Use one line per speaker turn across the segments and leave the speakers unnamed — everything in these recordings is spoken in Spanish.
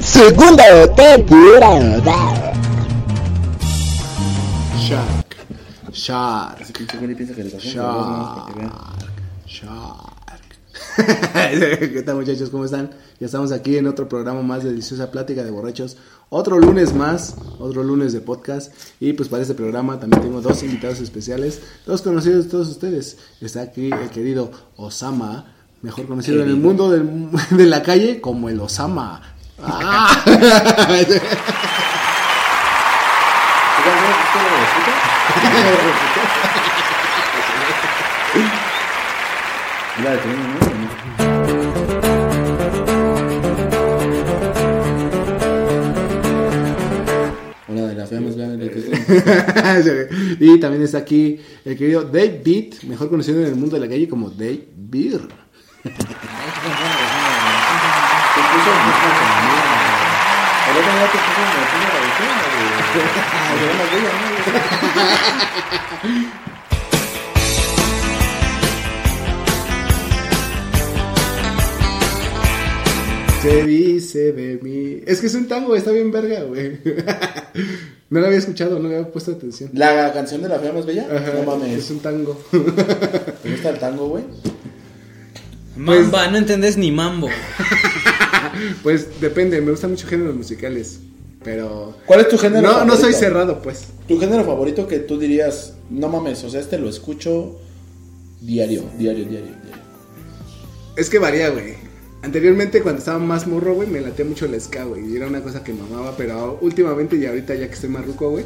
Segunda temporada.
Shark, shark,
Ese pinche Willy piensa que le pasó
shark, shark. ¿Qué tal muchachos? ¿Cómo están? Ya estamos aquí en otro programa más de Deliciosa Plática de Borrachos. Otro lunes más, otro lunes de podcast. Y pues para este programa también tengo dos invitados especiales, dos conocidos de todos ustedes. Está aquí el querido Osama, mejor conocido en el
Querido.
mundo del- de la calle como el Osama. Ah.
Iba de tren, ¿no? Una de las veamos, vean de que
y también está aquí el querido Dave Beat, mejor conocido en el mundo de la calle como Dave Beer.
El otro día te puse en la tienda de la vecina, güey. Se llama Guilla, ¿no?
Se dice de mí. Es que es un tango, está bien verga, güey. no lo había escuchado, no le había puesto atención.
La canción de la fea más bella,
Ajá,
no
Es
mames.
un tango.
¿Te gusta el tango, güey?
Mamba, no entendés ni mambo.
pues depende, me gustan mucho géneros musicales. Pero.
¿Cuál es tu género?
No, no soy
favorito?
cerrado, pues.
Tu género favorito que tú dirías, no mames, o sea, este lo escucho diario, diario, diario, diario.
Es que varía, güey. Anteriormente, cuando estaba más morro, güey, me latía mucho el ska, güey. Y era una cosa que mamaba, pero últimamente y ahorita, ya que estoy más ruco, güey,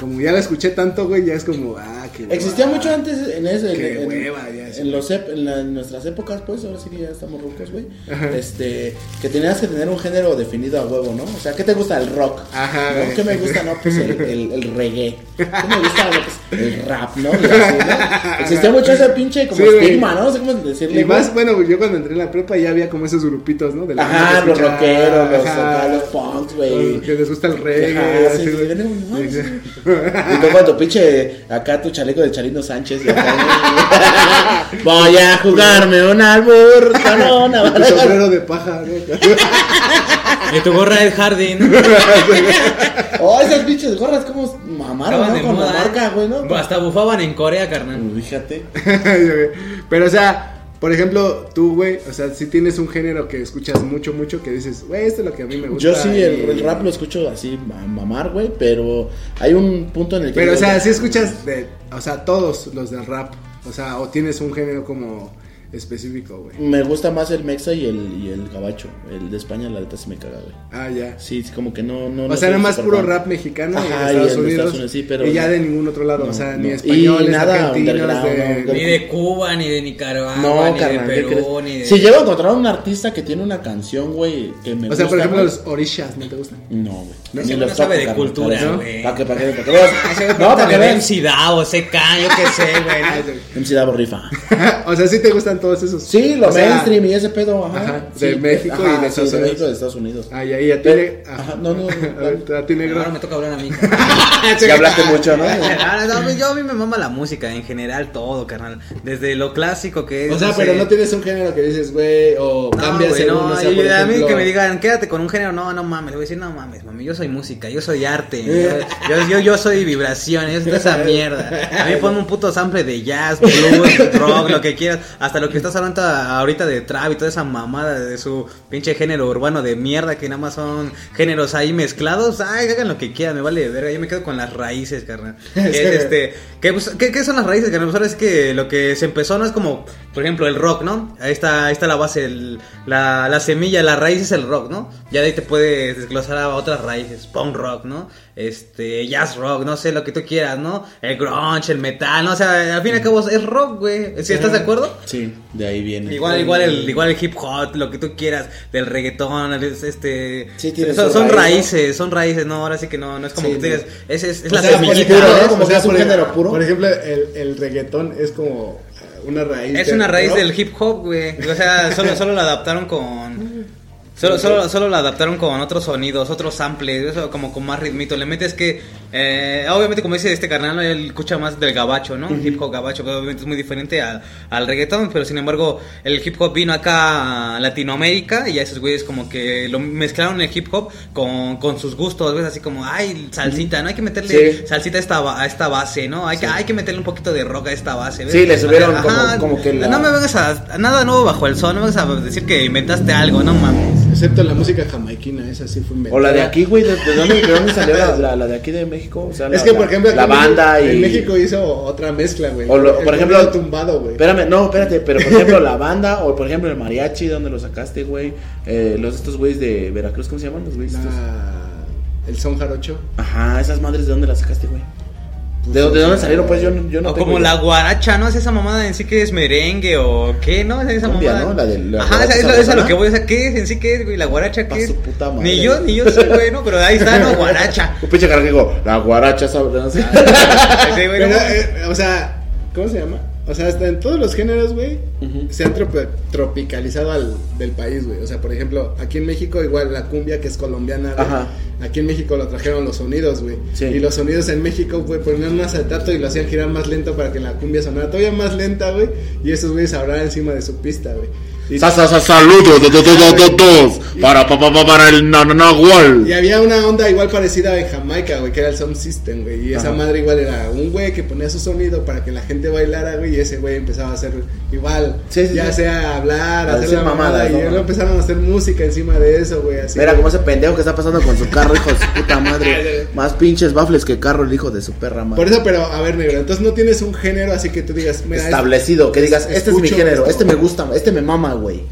como ya la escuché tanto, güey, ya es como, ah, que.
Existía mucho antes en ese, en,
Qué
en-
hueva, ya sé.
en los ep- en, la- en nuestras épocas, pues, ahora sí que ya estamos rucos, güey. Este, que tenías que tener un género definido a huevo, ¿no? O sea, ¿qué te gusta el rock?
Ajá,
¿No?
güey.
¿Qué me gusta? No, pues el, el, el reggae. ¿Qué me gusta? No, pues, el rap, ¿no? Y así, ¿no? Existía mucho ese pinche como
Sí, güey.
estigma, ¿no? No sé cómo decirle.
Y más,
güey.
bueno, güey, yo cuando entré en la prepa ya había como esos grupitos, ¿no? De la
Ajá,
gente que
los
escuchaba,
rockeros, los,
ajá,
acá, los punks, güey.
los Que les gusta el reggae.
Ajá,
así,
sí, sí,
güey.
viene muy mal,
Sí,
sí. Y tú con tu pinche, acá tu chaleco de Charino Sánchez. y acá, güey. Voy a jugarme un albur con una
Tu
bala.
sombrero de paja, ¿no?
Y tu gorra del jardín.
Oh, esas pinches gorras, como mamaron,
Estaban
¿no?
de
Con la
¿eh?
moda. ¿eh?
marca, güey, ¿no? Pues
Hasta bufaban en Corea, carnal.
Fíjate.
Pero, o sea, por ejemplo, tú, güey, o sea, si tienes un género que escuchas mucho, mucho, que dices, güey, esto es lo que a mí me gusta.
Yo sí, el,
y-
el rap lo escucho así, ma- mamar, güey, pero hay un punto en el que...
Pero, o
digo,
sea, si escuchas, de, o sea, todos los del rap, o sea, o tienes un género como específico, güey.
Me gusta más el mexa y el, y el gabacho. El de España, la neta, se me caga, güey.
Ah, ya.
Sí, es como que no... no
O
no
sea, nada
soy
más
súper
puro
fan.
rap mexicano y en Estados
Ajá, y en
Unidos.
Estados Unidos, sí, pero-
y ya de ningún otro lado,
No,
o sea,
no.
ni
Y
españoles,
nada
argentinos,
underground,
de-
¿no?
Ni de Cuba, ni de Nicaragua,
No,
ni
carnal,
de
¿qué crees?
Perú, ni de.
Si llego a encontrar un artista que tiene una canción, güey, que me
O sea, por
gusta,
ejemplo,
güey,
los orishas, ¿no te gustan?
No, güey.
No, ese güey no sabe de cultura, güey.
¿Para qué, para qué, para qué? veas.
Ah, ese güey
No, para que
pregúntale de
vean.
MC Dao, CK, yo qué sé, güey.
Ah,
MC Davo rifa.
o sea, sí te gustan todos esos.
Sí, lo
O sea,
mainstream y ese pedo, ajá.
Ajá,
Sí,
de México y de
sí,
Estados Unidos. Ah,
México y de Estados Unidos.
Ay, ay, a ti. ne-
Ajá,
Ajá.
no, no,
A ver,
no.
a ti negro.
Ahora me toca hablar a mí. carnal.
Ya hablaste mucho, ¿no?
Ahora, no, pues, yo a mí me mama la música, en general todo, carnal. Desde lo clásico que es.
O sea,
no
pero
sé,
no tienes un género que dices, güey, o
No,
cambias
güey,
en
no,
uno, o sea,
y
por
a mí
ejemplo-
que me digan, quédate con un género, no, no mames, le voy a decir, no mames, mami, yo soy música, yo soy arte, yo, yo, yo, yo soy vibraciones, de esa mierda. A mí ponme un puto sample de jazz, blues, rock, lo que quieras, hasta lo que estás hablando ahorita de trap y toda esa mamada de su pinche género urbano de mierda que nada más son géneros ahí mezclados, ay, hagan lo que quieran, me vale de verga, yo me quedo con las raíces, carnal. Que es, este, que, pues, ¿qué, qué son las raíces, carnal? Pues ahora es que lo que se empezó no es como, por ejemplo, el rock, ¿no? Ahí está, ahí está la base, el- la, la semilla, la raíz es el rock, ¿no? Ya de ahí te puedes desglosar a otras raíces, punk rock, ¿no? Este, jazz rock, no sé, lo que tú quieras, ¿no? El grunge, el metal, ¿no? O sea, al fin y al cabo es rock, güey. ¿Sí, ¿Estás de acuerdo?
Sí. De ahí viene.
Igual, igual el, igual el hip hop, lo que tú quieras, del reggaetón, el- este
Sí, tiene
son,
sus
son
raíces.
raíces, son raíces, no, ahora sí que no, no es como
Sí,
que
no.
digas, es, es, es
O
la
sea, por
semillita,
ejemplo,
¿no?
¿no? Como que es un
por ej-
género puro.
Por ejemplo, el, el reggaetón es como eh, una raíz.
Es
del
una raíz
rock.
del hip hop, güey. O sea, solo, solo la adaptaron con. Solo, solo, solo la adaptaron con otros sonidos, otros samples, eso como con más ritmito. Le metes que. eh, obviamente, como dice este carnal, él escucha más del gabacho, ¿no? Hip hop gabacho, que obviamente es muy diferente al, al reggaetón, pero sin embargo, el hip hop vino acá a Latinoamérica y a esos güeyes como que lo mezclaron el hip hop con, con sus gustos, ¿ves? Así como, ay, salsita, ¿no? Hay que meterle
Sí.
salsita a esta, ba- a esta base, ¿no? Hay, que, hay que meterle un poquito de rock a esta base, ¿ves?
Sí, le subieron
Ajá,
como- como que la-
No me vengas a, a nada nuevo bajo el sol, no me vengas a decir que inventaste algo, no mames.
Excepto la música jamaiquina, esa sí fue inventada.
O la de aquí, güey. ¿De, de dónde, de dónde salió la, la, la de aquí de México? O sea, la,
Es que, por
la-
ejemplo,
la
aquí en
banda
México-
y.
En México hizo otra mezcla, güey.
O lo-
El
por ejemplo-
corrido tumbado, güey.
Espérame, no, espérate, pero por ejemplo la banda o por ejemplo el mariachi, ¿dónde lo sacaste, güey? Eh, los estos güeyes de Veracruz, ¿cómo se llaman los güeyes? estos?
La- El son jarocho.
Ajá, esas madres, ¿de dónde las sacaste, güey?
Pues,
¿De,
o
de dónde
sea,
salieron? Pues yo, no- yo no
o
tengo
como
idea.
la guaracha, ¿no? Es esa mamada en sí que es merengue o qué, ¿no? Es esa
Cumbia,
mamada.
¿no? La de- la
Ajá,
guaracha
esa, esa- esa es lo
sabrosona.
que voy a ¿Qué es en sí que es, güey? La guaracha,
Pa'
¿qué es?
su puta madre.
Ni yo, ni yo soy, güey, ¿no? Pero ahí está, ¿no? Guaracha.
Un pinche carnal que digo, la guaracha, ¿sabes? No sé.
Ese, güey, no
Pero,
mames.
eh, o sea, ¿cómo se llama? O sea, hasta en todos los géneros, güey,
Ujú.
se han trope- tropicalizado al del país, güey. O sea, por ejemplo, aquí en México igual la cumbia que es colombiana, güey,
Ajá.
Aquí en México lo trajeron los sonidos, güey.
Sí.
Y los sonidos en México, güey, ponían un acetato y lo hacían girar más lento para que la cumbia sonara todavía más lenta, güey. Y esos güeyes hablaban encima de su pista, güey. Y-
Sa- sa- sa- Saludos, do- do- do- do- do- dos, para, pa- pa- pa- para el na- na- Nahual.
Y había una onda igual parecida en Jamaica, güey, que era el Sound System, güey. Y esa
Ajá.
madre igual era un güey que ponía su sonido para que la gente bailara, güey. Y ese güey empezaba a hacer igual,
Sí, sí,
ya
sí.
sea hablar,
A
hacer
decir
la mamada.
mamadas,
y
¿no?
luego empezaron a hacer música encima de eso, güey. Así.
Mira como ese pendejo que está pasando con su carro, hijo de su puta madre. Más pinches bafles que carro, el hijo de su perra madre.
Por eso, pero a ver, negro, entonces no tienes un género así que tú digas, mira, es-
Establecido, que digas, este es mi
escucho
género,
esto.
este me gusta, este me mama, güey.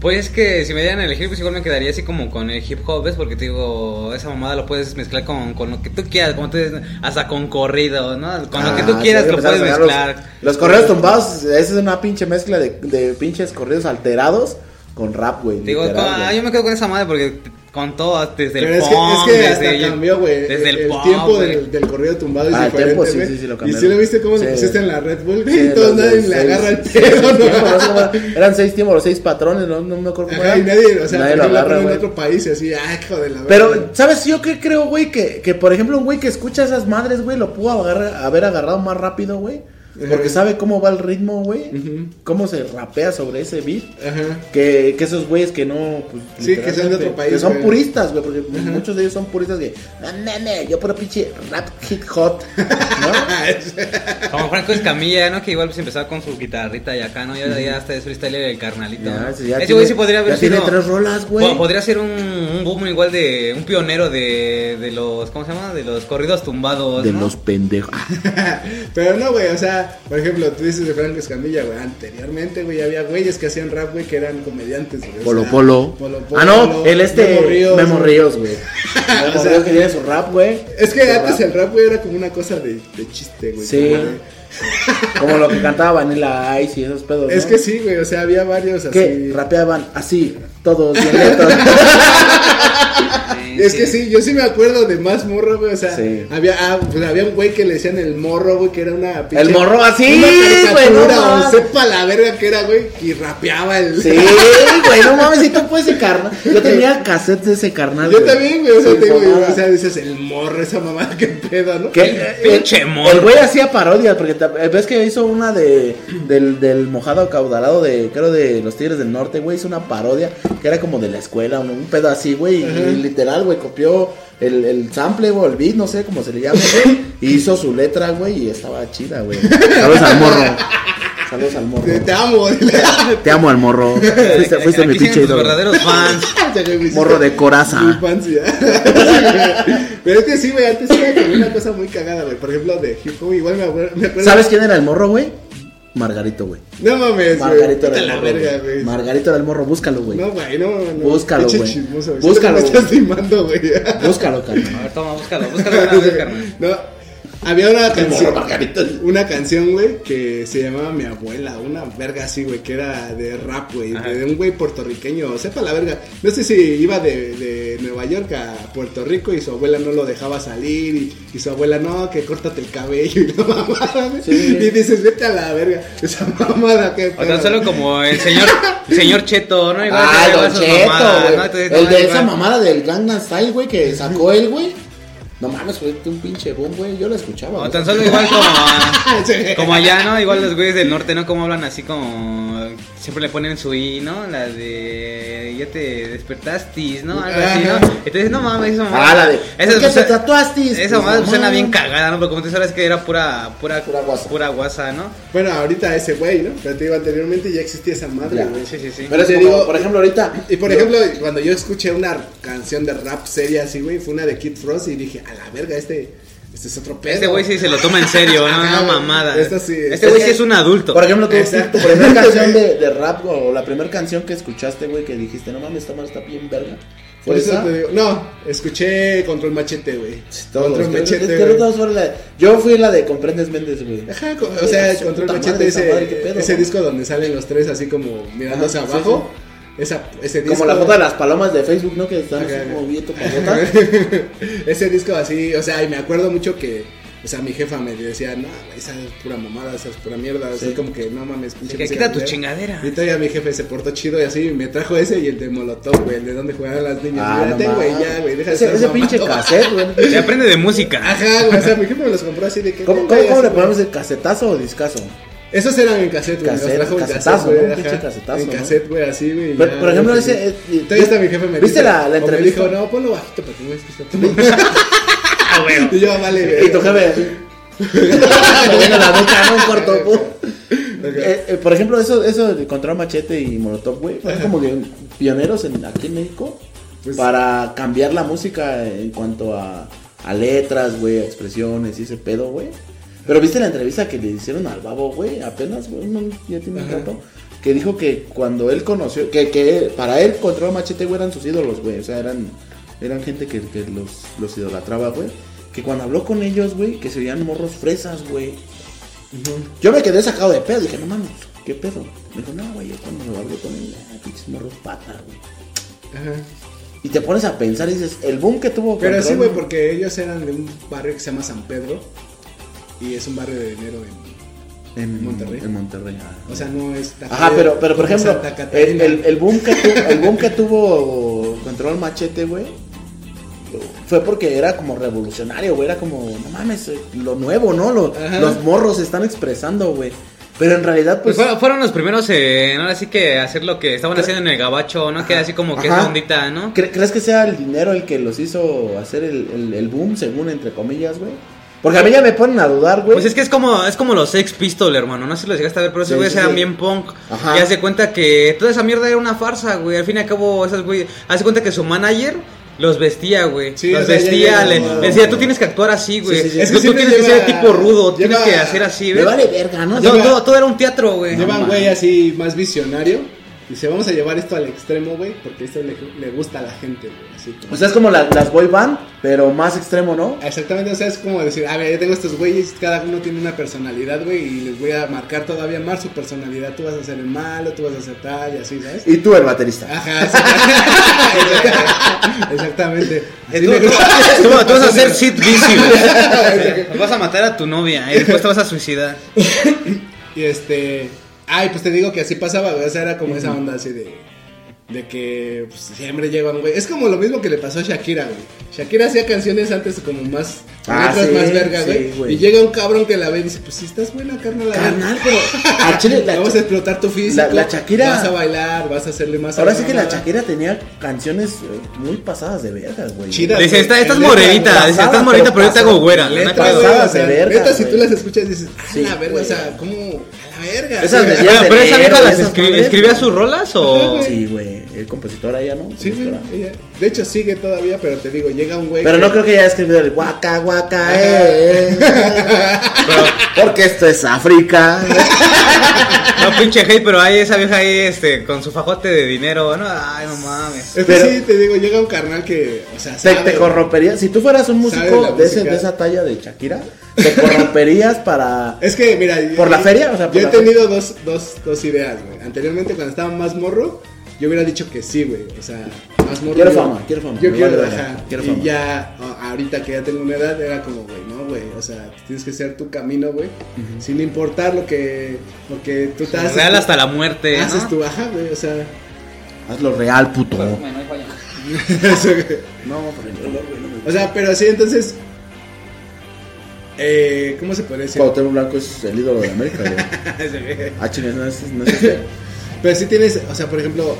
Pues es que si me dieran a elegir, pues igual me quedaría así como con el hip hop, ¿ves? Porque te digo, esa mamada lo puedes mezclar con, con lo que tú quieras, como tú dices, hasta con corrido, ¿no? Con lo que tú
Ah,
quieras
sí,
lo
empezar a
puedes
sacar los-
mezclar.
Los, correos tumbados, esa es una pinche mezcla de, de pinches correos alterados con rap, güey.
Digo,
literal,
con- ah,
güey.
yo me quedo con esa madre porque t- con todo, desde
Pero
el
es que,
punk,
es que hasta
desde el-
cambió, güey.
Desde el,
el,
pop,
tiempo
güey.
del, del corrido tumbado es
Ah, el
diferente,
tiempo sí,
güey.
sí, sí, lo
y
cambiaron.
si lo viste cómo lo
Sí.
pusiste en la Red Bull,
Sí,
güey, y todos
los de
nadie le
seis-
agarra el
seis
pedo, ¿no?
tiempos, no sé cómo- Eran seis tiempos, los seis patrones, no, no me acuerdo cómo
Ajá, y
eran.
nadie, o sea, por
Nadie lo
ejemplo,
agarra,
ponen en
güey.
otro país y así, ay, hijo de la
Pero,
verga.
¿sabes yo qué creo, güey? Que, que, por ejemplo, un güey que escucha esas madres, güey, lo pudo agarrar- haber agarrado más rápido, güey. Porque
Ajá.
sabe cómo va el ritmo, güey.
Ujú.
Cómo se rapea sobre ese beat.
Ajá.
Que, que esos güeyes que no. Pues,
Sí, que son de otro
literalmente,
país,
Que son
güey.
puristas, güey. Porque pues, muchos de ellos son puristas que. No mames, yo puro pinche rap hip hop. ¿No?
Como Franco Escamilla, ¿no? Que igual pues empezaba con su guitarrita y acá, ¿no? Ya, ya hasta es freestyler el carnalito.
Ya,
¿no?
ese ya
Ese
tiene-
güey sí podría haber
ya tiene
sido-
tres rolas, güey.
po- Podría ser un, un boom igual de... Un pionero de, de los... ¿Cómo se llama? De los corridos tumbados,
De
¿no?
los pendejos.
Pero no, güey, o sea, por ejemplo, tú dices de Franco Escamilla, güey. Anteriormente, güey, había güeyes que hacían rap, güey, que eran comediantes, güey. o
Polo
sea,
Polo.
Polo
Ah,
Polo,
no, el este.
Memo Ríos,
Memo
güey.
Ríos, güey. Memo
O sea,
Ríos que tiene su rap, güey.
Es que
Su
antes
rap.
el rap, güey, era como una cosa de, de chiste, güey.
Sí.
como de-
Como lo que cantaba Vanilla Ice y esos pedos.
Es
¿no?
que sí, güey, o sea, había varios así.
Que rapeaban así, todos bien lentos.
Sí,
Es que sí, yo sí me acuerdo de más morro, güey. O sea,
Sí.
había, ah, pues, había un güey que le decían el morro, güey, que era una
El morro así,
una
güey, no
caricatura, o
mames.
sepa la verga que era, güey, y rapeaba el.
Sí, güey, no mames, si tú puedes ese carnal. Yo tenía cassette de ese carnal.
Yo
güey.
también, güey, o sea,
Sí,
te digo,
mamada.
o sea, dices el morro, esa mamá, qué pedo, ¿no?
Que,
pinche
el-
morro.
El güey hacía parodias, porque ta- eh, ves que hizo una de del, del mojado acaudalado de, creo, de los Tigres del Norte, güey, hizo una parodia que era como de la escuela, un, un pedo así, güey, y literal, güey, copió el, el sample o el beat, no sé cómo se le llama, güey, y hizo su letra, güey, y estaba chida, güey. Saludos al morro. Saludos al morro.
Te, te amo, "Ah, güey.
Te amo al morro. Fuiste,
Aquí-
fuiste
aquí
mi
siguen
pinche
tus
ídolo.
verdaderos fans.
Morro de
Mi
coraza.
infancia. Sí, güey. Pero es que sí, güey, antes era como una cosa muy cagada, güey. Por ejemplo, de hip hop, igual me acuerdo. me acuerdo-
¿Sabes quién era el morro, güey? Margarito, güey.
No mames, güey.
Margarito
Puta
era el
la
morro. güey.
verga, güey.
Margarito era el morro, búscalo, güey.
No, güey, no, no.
Búscalo,
Pinche
güey.
chismoso, güey.
Búscalo,
Siento que Me estás timando, güey.
Búscalo,
A
carnal.
ver, toma, búscalo, búscalo de una vez, carnal.
No. Había una canción.
Margarita.
Una canción, güey, que se llamaba Mi abuela, una verga así, güey, que era de rap, güey, de, de un güey puertorriqueño, sepa la verga. No sé si iba de, de Nueva York a Puerto Rico y su abuela no lo dejaba salir y, y su abuela, no, que córtate el cabello y la mamada, güey. Y dices, vete a la verga, esa mamada que...
O tan solo como el señor, el señor Cheto, ¿no? Igual
Ah,
trae
Don
esas
Cheto,
mamadas,
güey.
¿no? Entonces,
El
no,
de
igual.
esa mamada del Gangnam Style, güey, que sacó él, güey. No mames, fue un pinche boom, güey. Yo lo escuchaba.
O
güey.
tan solo igual como, ah,
Ah,
como allá, ¿no? Igual los güeyes del norte, ¿no? Como hablan así como... Siempre le ponen su I, ¿no? La de... Ya te despertaste, ¿no? Algo así, ¿no?
Ajá.
Entonces, no mames, eso
Ah, la de.
Eso
¿Por qué te tatuaste?
Esa mamada
Pues,
suena
no.
bien cagada, ¿no? Porque como tú sabes que era pura, pura,
Pura guasa.
pura guasa, ¿no?
Bueno, ahorita ese güey, ¿no? Pero te digo, anteriormente ya existía esa madre,
Ya.
güey.
Sí, sí, sí.
Pero es
Te
como,
digo-
por ejemplo, ahorita.
Y por
yo-
ejemplo, cuando yo escuché una canción de rap seria así, güey, fue una de Kid Frost y dije, a la verga, este, este es otro pedo.
Este güey sí se lo toma en serio, no,
Ajá,
no
güey.
mamada.
Esto sí.
Este güey sí es un adulto.
Por ejemplo, tú,
Exacto.
tu primera canción de, de rap o la primera canción que escuchaste, güey, que dijiste, no mames, esta madre está bien verga.
Por
Fue
eso
esa.
te digo, no, escuché Control Machete, güey.
Todos,
Control
creo-
Machete,
creo que
güey.
todos fueron la- Yo fui la de Comprendes Méndez, güey.
Ajá, co- o sea,
Su
Control
puta
Machete,
madre, esa
ese,
madre, qué pedo,
ese
¿no?
disco donde salen los tres así como mirándose
Ajá, sí,
abajo. Esa, ese disco.
Como la foto de las palomas de Facebook, ¿no? Que están así
Ajá.
como viento palotas.
Ese disco así, o sea, y me acuerdo mucho que, o sea, mi jefa me decía, no, esa es pura mamada, esa es pura mierda, así
Sí.
como que no mames, pinche.
Sí, que
música
quita tu
culera".
chingadera.
Y todavía mi jefe se portó chido y así, y me trajo ese y el de Molotov, güey, el de donde jugaban las niñas.
Ah,
Mírate,
no
güey,
mames.
ya, güey, deja de
Ese,
estar
ese pinche
mamando.
cassette, güey.
Se aprende de
Ah,
música.
Ajá, güey, o sea, mi jefe me los compró así de que.
¿Cómo,
"Güey,
cómo, cómo
así,
le
güey".
ponemos el casetazo o discazo?
Esos eran en cassette, güey. Los
Cassette,
trajo en cassette,
casetazo,
güey.
¿no? Un
ajá.
pinche casetazo,
En
¿no?
cassette, güey, así, güey.
Pero,
ya,
por ejemplo,
güey,
ese.
así.
eh,
Todavía está mi jefe me
¿Viste
dice-
la,
o
la entrevista?
Me dijo, no, ponlo bajito para que no escuches
ah,
tanto. Y yo, vale, güey.
Y tu jefe así. Poniendo la boca, ¿no? Un corto, po. Eh, eh, por ejemplo, eso, eso de Control Machete y Molotov, güey, fue como que pioneros en, aquí en México
Pues-
para cambiar la música en cuanto a, a letras, güey, a expresiones y ese pedo, güey. Pero viste la entrevista que le hicieron al babo, güey, apenas, güey, no, ya tiene un rato, que dijo que cuando él conoció, que, que para él Control Machete, güey, eran sus ídolos, güey, o sea, eran, eran gente que, que los, los idolatraba, güey. Que cuando habló con ellos, güey, que serían morros fresas, güey. Yo me quedé sacado de pedo. Dije, no mames, ¿qué pedo? Me dijo, no, güey, yo cuando me hablé con él, ah, pinches morros patas, güey.
Ajá.
Y te pones a pensar y dices, el boom que tuvo.
Pero
Control,
sí, güey,
¿no?
porque ellos eran de un barrio que se llama San Pedro. Y es un barrio de dinero en.
En
Monterrey.
En Monterrey. ah.
O sea, no es. tan-
Ajá, pero, pero
como
por ejemplo,
Santa
el,
Catarina.
el, el boom que tu- el boom que tuvo Control Machete, güey, fue porque era como revolucionario, güey, era como, no mames, eh, lo nuevo, ¿no? Lo-
Ajá.
los morros se están expresando, güey. Pero en realidad, pues...
Pues fueron, fueron los primeros en ahora sí que hacer lo que estaban haciendo en el gabacho, ¿no? Que era así como que
Ajá.
esa ondita, ¿no?
¿Cre- ¿Crees que sea el dinero el que los hizo hacer el, el- el boom, según entre comillas, güey? Porque a mí ya me ponen a dudar, güey.
Pues es que es como, es como los Sex Pistols, hermano. No sé si los llegaste a ver, pero esos
Sí,
güeyes
sí,
eran
sí.
bien punk.
Ajá.
Y hace cuenta que toda esa mierda era una farsa, güey. Al fin y al cabo, esas güey. Hace cuenta que su manager los vestía, güey.
Sí,
los
o sea, ya
vestía,
llega
le,
como-
le decía, tú tienes que actuar así, güey.
Sí, sí, sí.
Es
Es que
que
tú
siempre
tienes que ser
lleva-
tipo
lleva-
rudo, tienes que hacer así,
me
güey.
vale verga, ¿no?
No,
lleva-
todo, todo era un teatro, güey.
Llevan, güey, así más visionario. Y se vamos a llevar esto al extremo, güey, porque esto le, le gusta a la gente, güey. Así como-
O sea, pues es como la- las boy band, pero más extremo, ¿no?
Exactamente, o sea, es como decir, a ver, yo tengo estos güeyes, cada uno tiene una personalidad, güey, y les voy a marcar todavía más su personalidad. Tú vas a ser el malo, tú vas a ser tal, y así, ¿sabes?
Y tú, el baterista.
Ajá, sí. Exactamente.
Tú,
Así me gusta.
tú- tú- tú vas a hacer shit busy, güey. Vas a matar a tu novia y después te vas a suicidar.
Y este. Ay, pues te digo que así pasaba, güey. O sea, era como esa onda así de. De que pues, siempre llevan, güey. Es como lo mismo que le pasó a Shakira, güey. Shakira hacía canciones antes como más.
Ah,
letras
sí,
más verga,
sí,
güey.
güey.
Y llega un cabrón que la ve y dice: Pues si estás buena, carnal. a ver,
Carnal, pero. al chile, la
Vamos a explotar tu físico.
la- la Shakira-
Vas a bailar, vas a hacerle más.
Ahora sí que la
mamada".
Shakira tenía canciones eh, muy pasadas de verga, güey.
Chidas.
Dice, "Esta- estás
Letra,
güey,
morenita, dice, estás
pasada, pero
morenita, pero yo te hago
pasada,
güera. no me
Neta,
acuerdo.
güey, o
pasadas
sea,
de verga,
neta, si tú
güey.
las escuchas dices, ah,
Sí,
la verga,
güey.
o sea, ¿cómo? A la verga.
Esas
güey.
de-
Ah, pero
Pero
esa vieja las
esas
escribe-
madres-
escribía sus rolas o
Sí, güey. eh, compositora ella, ¿no?
Sí, güey,
Compositora.
ella- De hecho, sigue todavía, pero te digo, llega un güey.
Pero
que-
no creo que haya escrito el guaca, guaca, eh, eh. Porque esto es África.
No, pinche hate, pero ahí esa vieja ahí, este, con su fajote de dinero, no, ay, no mames.
Es que
Pero-
sí, te digo, llega un carnal que, o sea,
Te,
sabe,
te corromperías. Si tú fueras un
Sabe la
músico de, ese-
música.
de esa talla de Shakira, te corromperías para.
Es que, mira.
¿Por
yo-
la feria? O sea, por
yo he
la
tenido dos, dos, dos ideas, güey. Anteriormente, cuando estaba más morro, yo hubiera dicho que sí, güey. O sea, más morro.
Quiero
yo-
fama, quiero fama,
Yo
me
quiero,
vale verga,
ajá.
quiero
y
fama.
ya, a- ahorita que ya tengo una edad, era como, güey, no, güey. O sea, tienes que ser tu camino, güey. Sin importar lo que, lo que tú te haces.
Real
tú-
hasta la muerte, ¿no?
Haces tu ajá, güey. O sea,
Hazlo real, puto.
Bueno, ahí falla.
eso, güey.
No, por el dolor, güey, no me-
O sea, pero sí, entonces. Eh, ¿Cómo se puede decir?
Cuauhtémoc Blanco es el ídolo de América, güey. Ah, chingas, no es, no es este.
Pero si tienes, o sea, por ejemplo,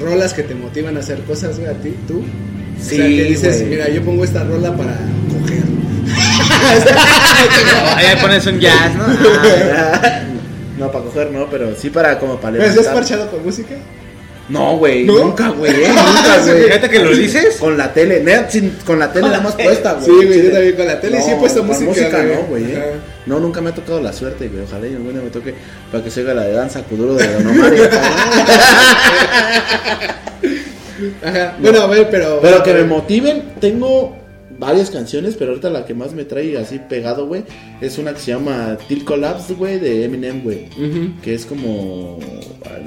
rolas que te motivan a hacer cosas, güey, a ti, tú.
Sí,
o sea, que dices,
güey.
mira, yo pongo esta rola para coger.
Ahí le pones un jazz, ¿no? Ah,
No, para coger no, pero sí para como para
¿Pero si has
levantar.
parchado con música?
No, güey,
¿No?
nunca, güey, eh, nunca, güey.
Fíjate que lo dices.
Con la tele, neta, sin- con la tele nada más puesta, güey.
Sí, güey, yo también con la tele sí he puesto
con
música, güey.
no, güey. eh.
Ajá.
No, nunca me ha tocado la suerte, güey. Ojalá y alguna me toque para que se oiga la de danza Kuduro de Don Omar. güey.
Ajá. Bueno, a ver, pero.
Pero que me motiven, tengo varias canciones, pero ahorita la que más me trae así pegado, güey, es una que se llama Till Collapse, güey, de Eminem, güey. Que es como.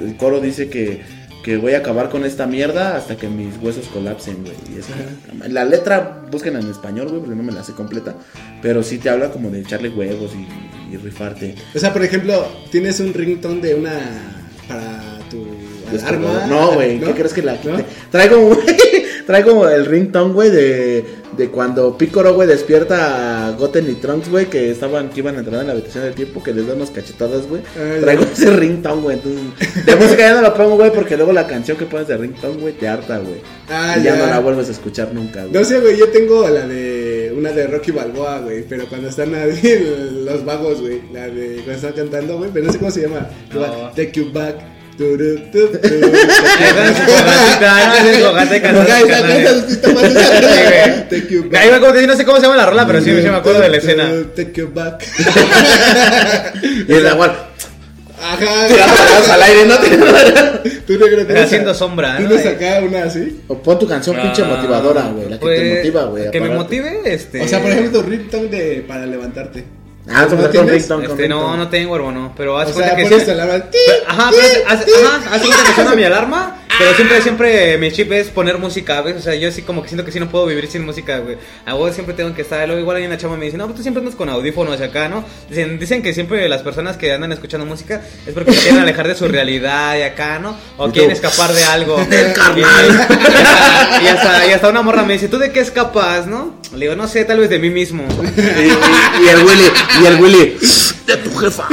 El coro dice que, que voy a acabar con esta mierda hasta que mis huesos colapsen, güey. Y es- la letra, búsquenla en español, güey, porque no me la sé completa. Pero sí te habla como de echarle huevos y, y rifarte.
O sea, por ejemplo, tienes un ringtone de una. para tu alarma.
Pues, No, güey,
¿no?
¿qué crees que la
¿No?
quité? Traigo, un- traigo el ringtone, güey, de, de cuando Picoro, güey, despierta a Goten y Trunks, güey, que estaban, que iban a entrar en la habitación del tiempo, que les dan unas cachetadas, güey.
Ah, ya.
Traigo ese ringtone, güey, entonces, de música ya no la pongo, güey, porque luego la canción que pones de ringtone, güey, te harta, güey.
Ah,
y ya,
ya.
no la vuelves a escuchar nunca, güey.
No sé, güey, yo tengo la de. Una de Rocky Balboa, güey. Pero cuando están ahí los vagos, güey. La de. Cuando están cantando, güey. Pero no sé cómo se llama.
No.
Take you back. tu, tu, tu, tu, tu.
Ahí va en su fogatita, ahí va en su fogata y cantando
Ajá,
sus
esa-
canales.
esa- esa- esa- esa-
Sí, güey.
Take you back.
Ahí va como que sí, no sé cómo se llama la rola, pero sí, sí me acuerdo de
Este,
la escena.
Take you back.
Y es la igual,
Ajá.
tirando al aire, no te...
Tú no creo que
Haciendo sombra,
Tú
¿no?
no sacas una así.
O pon tu canción pinche
Ah,
motivadora, güey, la que te
pues,
motiva, güey.
Que me
aparte.
motive, este.
O sea, por ejemplo, tu ringtone de. para levantarte.
Ah,
¿No
con
tienes?
ringtone, con
Este, no,
ringtone.
no tengo, hermano. Pero haz
O
cuenta
sea,
que
pones
sí-
tu alarma. ti,
Ajá,
ti,
pero hace, hace-
ti.
ajá, hace cuenta que suena mi alarma, pero siempre, siempre mi chip es poner música, ¿ves? O sea, yo sí como que siento que sí no puedo vivir sin música, güey. A vos siempre tengo que estar, luego igual hay una chama me dice, no, pues tú siempre andas con audífonos acá, ¿no? Dicen, dicen que siempre las personas que andan escuchando música es porque se quieren alejar de su realidad y acá, ¿no? O
Y tú,
quieren escapar de algo.
del
carnal. Y, hasta, y hasta una morra me dice, ¿tú de qué escapas, no? Le digo, no sé, tal vez de mí mismo.
Y, y- y el Willy, y el Willy, de tu jefa.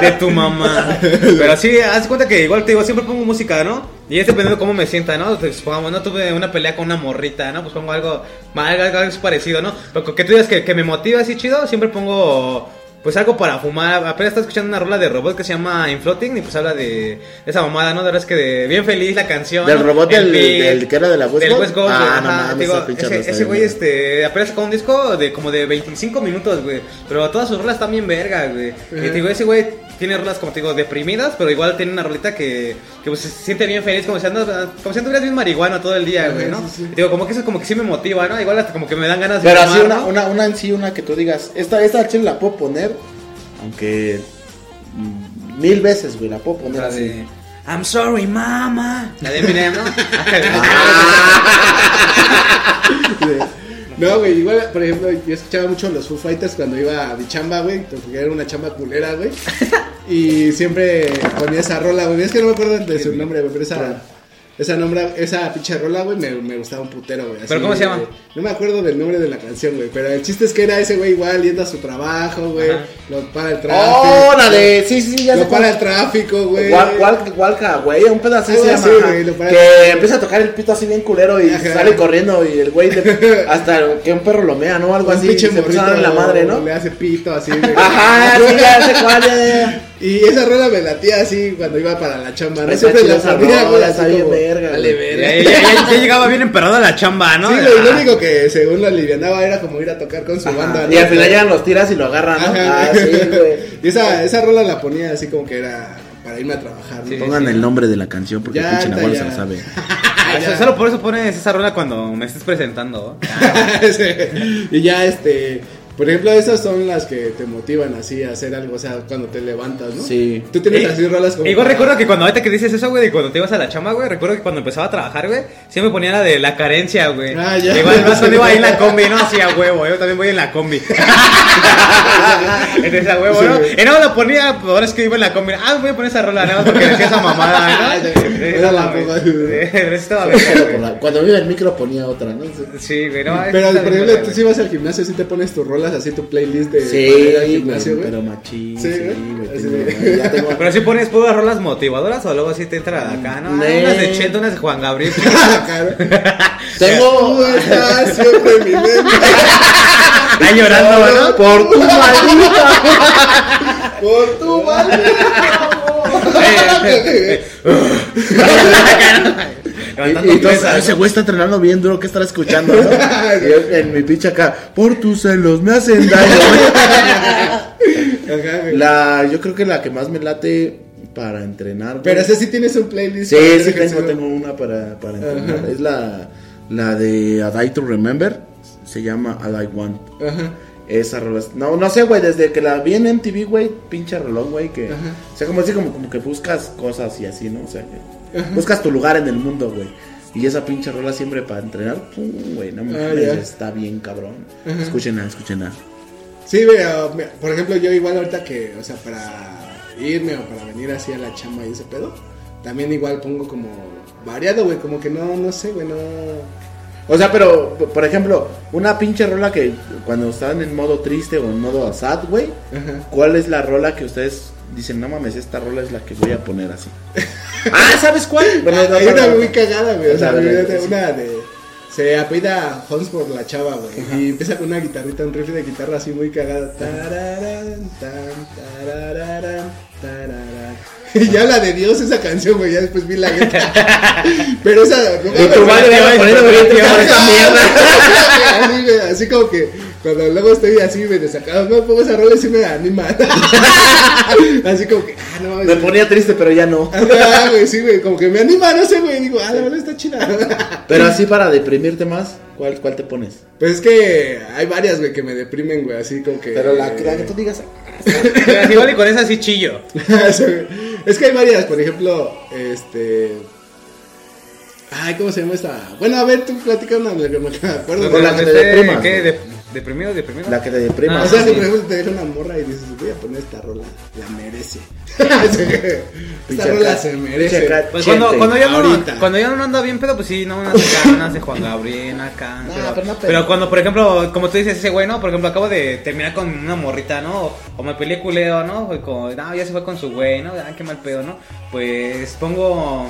de tu mamá. Pero sí, haz cuenta que igual te digo, siempre pongo música, ¿no? Y es dependiendo cómo me sienta, ¿no? Pues, Supongamos, no tuve una pelea con una morrita, ¿no? Pues pongo algo, algo, algo parecido, ¿no? Pero con que tú digas que, que me motiva así chido, siempre pongo. Pues algo para fumar. Apenas estaba escuchando una rola de robot que se llama In Floating y pues habla de esa mamada, ¿no? De verdad es que de bien feliz la canción.
Del
¿no?
robot del-
El beat,
del que era de la West
del
Coast.
West Coast,
Ah,
güey,
no
ajá,
mames,
digo,
esa pinche rola
ese,
está
ese
bien
güey,
verga.
este. Este, apenas sacó un disco de como de 25 minutos, güey. Pero todas sus rolas están bien verga, güey. Y te digo, ese güey tiene rolas, como te digo, deprimidas, pero igual tiene una rolita que, que pues, se siente bien feliz, como si andas, como si anduvieras bien marihuana todo el día, güey, ¿no? Y te digo, como que eso como que sí me motiva, ¿no? Igual hasta como que me dan ganas de
Pero así
fumar,
una,
¿no?
una, una en sí, una que tú digas, esta, esta chile la puedo poner, aunque mm, mil veces, güey, la puedo poner
La
así.
de... I'm sorry, mama. La de Eminem, ¿no?
No, güey, igual, por ejemplo, yo escuchaba mucho los Foo Fighters cuando iba a mi chamba, güey, porque era una chamba culera, güey. Y siempre ponía esa rola, güey. Es que no me acuerdo de su nombre, güey, pero esa, esa, nombre, esa pinche rola, güey, me, me gustaba un putero, güey. así,
¿Pero cómo se llama?
güey. No me acuerdo del nombre de la canción, güey, pero el chiste es que era ese güey igual yendo a su trabajo, güey.
Ajá.
Lo para el tráfico.
¡Oh, la de! Sí, sí, sí, ya
Lo
sé cuál
para el tráfico, güey.
Wal- Wal- Walca, güey, un pedo así
Algo
se
así,
llama,
güey, lo
ajá,
para-
que empieza a tocar el pito así bien culero y
Ajá.
sale corriendo y el güey le- hasta que un perro lo mea, ¿no? Algo
Un
así,
pinche
se empieza a dar en la
morrito
madre, ¿no?
Le hace pito así, güey.
Ajá, sí, ya sé cuál, ya, ya, ya.
Y esa rueda me latía así cuando iba para la chamba. No
Está
siempre
chida
la
esa
sabía,
rola,
güey.
está
así
bien
como,
verga,
Dale
güey.
verga.
Ya, ya- ya- ya llegaba bien emperrado a la chamba, ¿no?
Sí, güey, lo único que según lo alivianaba era como ir a tocar con su banda.
Y al
¿no?
final llegan los tiras y lo agarran, ¿no?
Ajá.
Ah, sí, güey.
Y esa, esa rola la ponía así como que era para irme a trabajar. ¿no?
Sí,
Pongan-
Pongan el nombre de la canción porque
Ya,
el pinche
está,
Nahual
ya.
se la sabe.
Ah, eso- Solo por eso pones esa rola cuando me estés presentando. ¿no?
Sí. y ya este. Por ejemplo, esas son las que te motivan así a hacer algo, o sea, cuando te levantas, ¿no?
Sí.
Tú tienes
Eh,
así rolas como.
Igual
para-
recuerdo que cuando ahorita que dices eso, güey, de cuando te ibas a la chamba, güey, recuerdo que cuando empezaba a trabajar, güey, siempre ponía la de la carencia, güey.
Ah, ya.
Igual más cuando iba ahí en la combi, no hacía huevo, yo también voy en la combi. Entonces a huevo, ¿no? Y no la ponía, ahora es que iba en la combi, ah, voy a poner esa rola, nada más porque decía esa mamada, ¿no?
Ah, Era la mamada.
Sí, pero estaba bien,
Por
güey.
la- Cuando vive el micro ponía otra, ¿no?
Sí, güey, no.
Pero,
está
por
bien,
ejemplo,
güey.
tú si vas al gimnasio, si te pones tus rolas así, tu playlist de. para ir al
Sí,
gimnasio, güey.
güey, pero machín,
Sí,
sí,
güey.
güey.
Así
tengo-
de-
Ya tengo
Pero si pones puras rolas motivadoras o luego así te entra acá, ¿no? Ah,
Ne.
unas de Cheto, unas de Juan Gabriel.
Ah, Tú
Tengo
estás siempre en mi mente
Está llorando, ¿no?
por tu maldita.
por tu madre.
Levantando
Y entonces,
pesas.
ese güey está entrenando bien duro, ¿qué estará escuchando? no? Y yo en mi pinche acá, por tus celos me hacen daño.
Ajá, güey.
la, yo creo que la que más me late para entrenar. güey.
Pero ese sí tienes un playlist. para
Sí,
hacer
sí, tengo,
ejercicio.
tengo una para, para entrenar. Es la, la de A Die to Remember. Se llama A Die One.
Ajá.
Esa rola. es- No, no sé, güey. Desde que la vi en MTV, güey. Pinche reloj, güey. Que,
Ajá.
o sea, como así, como, como que buscas cosas y así, ¿no? O sea, que buscas tu lugar en el mundo, güey. Y esa pinche rola siempre para entrenar. pum, Güey, no mames.
ya.
Está bien, cabrón. Escúchenla, escúchenla.
Sí, pero, me- por ejemplo, yo igual ahorita que, o sea, para irme o para venir así a la chamba y ese pedo, también igual pongo como variado, güey, como que no, no sé, güey, no...
O sea, pero, p- por ejemplo, una pinche rola que cuando estaban en modo triste o en modo sad, güey.
Ajá.
¿Cuál es la rola que ustedes dicen, no mames, esta rola es la que voy a poner así? ah, ¿sabes cuál? Bueno, no,
Hay
no,
una
no.
muy cagada, güey, o sea,
La verdad,
de-
sí.
una de... Se apellida Holmes por la chava, güey, y empieza con una guitarrita, un riff de guitarra así muy cagada. Tararán, tan, tarararán, tararán. Y ya la de Dios esa canción, güey, ya después vi la letra. Pero esa... no
Y
mames,
tu
güey.
madre va a poner obediente por esta mierda.
así, güey, así como que cuando luego estoy así me desacado, no pongo esa rola y sí me anima. así como que, ah, no
Me
mames.
ponía triste, pero ya no.
Ah, güey, sí, güey, como que me anima, no sé, güey, digo, ah, la verdad está chida.
Pero así para deprimirte más, ¿cuál, cuál te pones?
Pues es que hay varias, güey, que me deprimen, güey, así como que...
digas.
Pero igual y con esa sí chillo.
Sí, güey. es que hay varias, por ejemplo, este... Ay, ¿cómo se llama esta? Bueno, a ver, tú platica una, la que me acuerdo.
Con la
Cuando
que te
esté,
deprimas,
¿Qué?
güey.
De- ¿Deprimido, deprimido?
La que te deprima.
O sea,
Ah,
si
sí.
por ejemplo te deja una morra y dices, voy a poner esta rola, la merece. esta rola se merece.
Pues cuando, cuando, ya no,
ahorita.
cuando ya no anda bien pedo, pues sí, no, unas acá, unas de Juan Gabriel, acá. pero,
pero no, pero-
pero cuando, por ejemplo, como tú dices, ese güey, ¿no? Por ejemplo, acabo de terminar con una morrita, ¿no? O, o me peleé culeo, ¿no? Fue con, no, ya se fue con su güey, ¿no? Ah, qué mal pedo, ¿no? Pues pongo...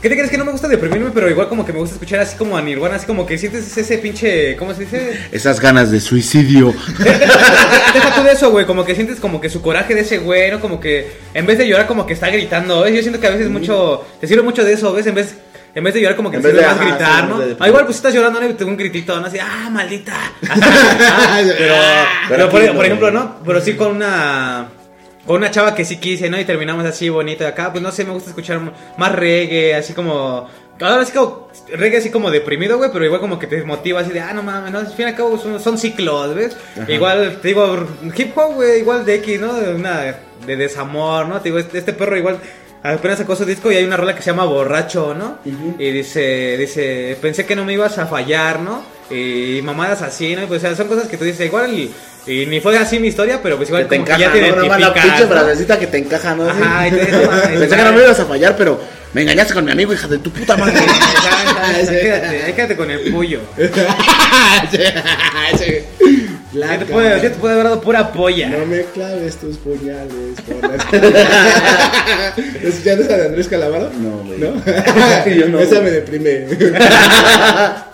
¿Qué te crees que no me gusta deprimirme, pero igual como que me gusta escuchar así como a Nirvana, así como que sientes ese pinche, ¿cómo se dice?
Esas ganas de suicidio.
Deja tú de eso, güey. Como que sientes como que su coraje de ese güey, ¿no? Como que en vez de llorar, como que está gritando. ¿ves? Yo siento que a veces mucho. Te sirve mucho de eso, ¿ves? En vez. En vez de llorar, como que
En
te
vez
sirve
de,
más
ajá,
gritar,
sí,
¿no?
en vez de-
Ah, igual, pues estás llorando, ¿no? Y un gritito, ¿no? Así, ¡ah, maldita! Ah, pero, pero
aquí
por,
no.
por ejemplo, ¿no? Pero sí con una. Con una chava que sí quise, ¿no? Y terminamos así bonito acá. Pues no sé, me gusta escuchar m- más reggae, así como. Ahora sí como. Reggae así como deprimido, güey, pero igual como que te motiva así de, ah, no mames, no, al fin y al cabo son, son ciclos, ¿ves? Igual, te digo, hip hop, güey, igual de X, ¿no? De, una, de desamor, ¿no? Te digo, este, este perro igual apenas sacó su disco y hay una rola que se llama Borracho, ¿no? Y dice, dice, pensé que no me ibas a fallar, ¿no? Y mamadas así, ¿no? Y pues, o sea, son cosas que tú dices, igual, y, y ni fue así mi historia, pero pues
Que
igual
te
como que ya
encaja,
te
¿no? Una mala
identificas,
pinche
¿no?
frasecita que te encaja, ¿no? Así.
Ajá, y te no mames,
Pensé que no me ibas a fallar, pero me engañaste con mi amigo, hija de tu puta madre.
Ajá, ajá, ajá, Quédate, ahí quédate con el pollo.
Sí,
Yo te,
Blanca.
puedo, yo te puedo haber dado pura polla.
No me claves tus puñales por la espalda. ¿Escuchaste esa de Andrés Calamaro?
No, güey.
¿No?
Yo no,
esa
güey.
me deprime.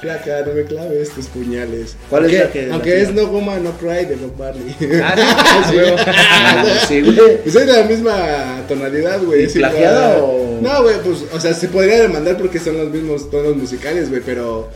Flaca, no me claves tus puñales.
¿Cuál es
aunque,
la que- la
Aunque
que-
es No Woman, No Pride de Bob Marley.
Ah, sí, a huevo.
Ah, sí, güey.
Pues es la misma tonalidad, güey.
¿Y
es igual.
plagiada o-
No, güey, pues, o sea, se podría demandar porque son los mismos tonos musicales, güey, pero.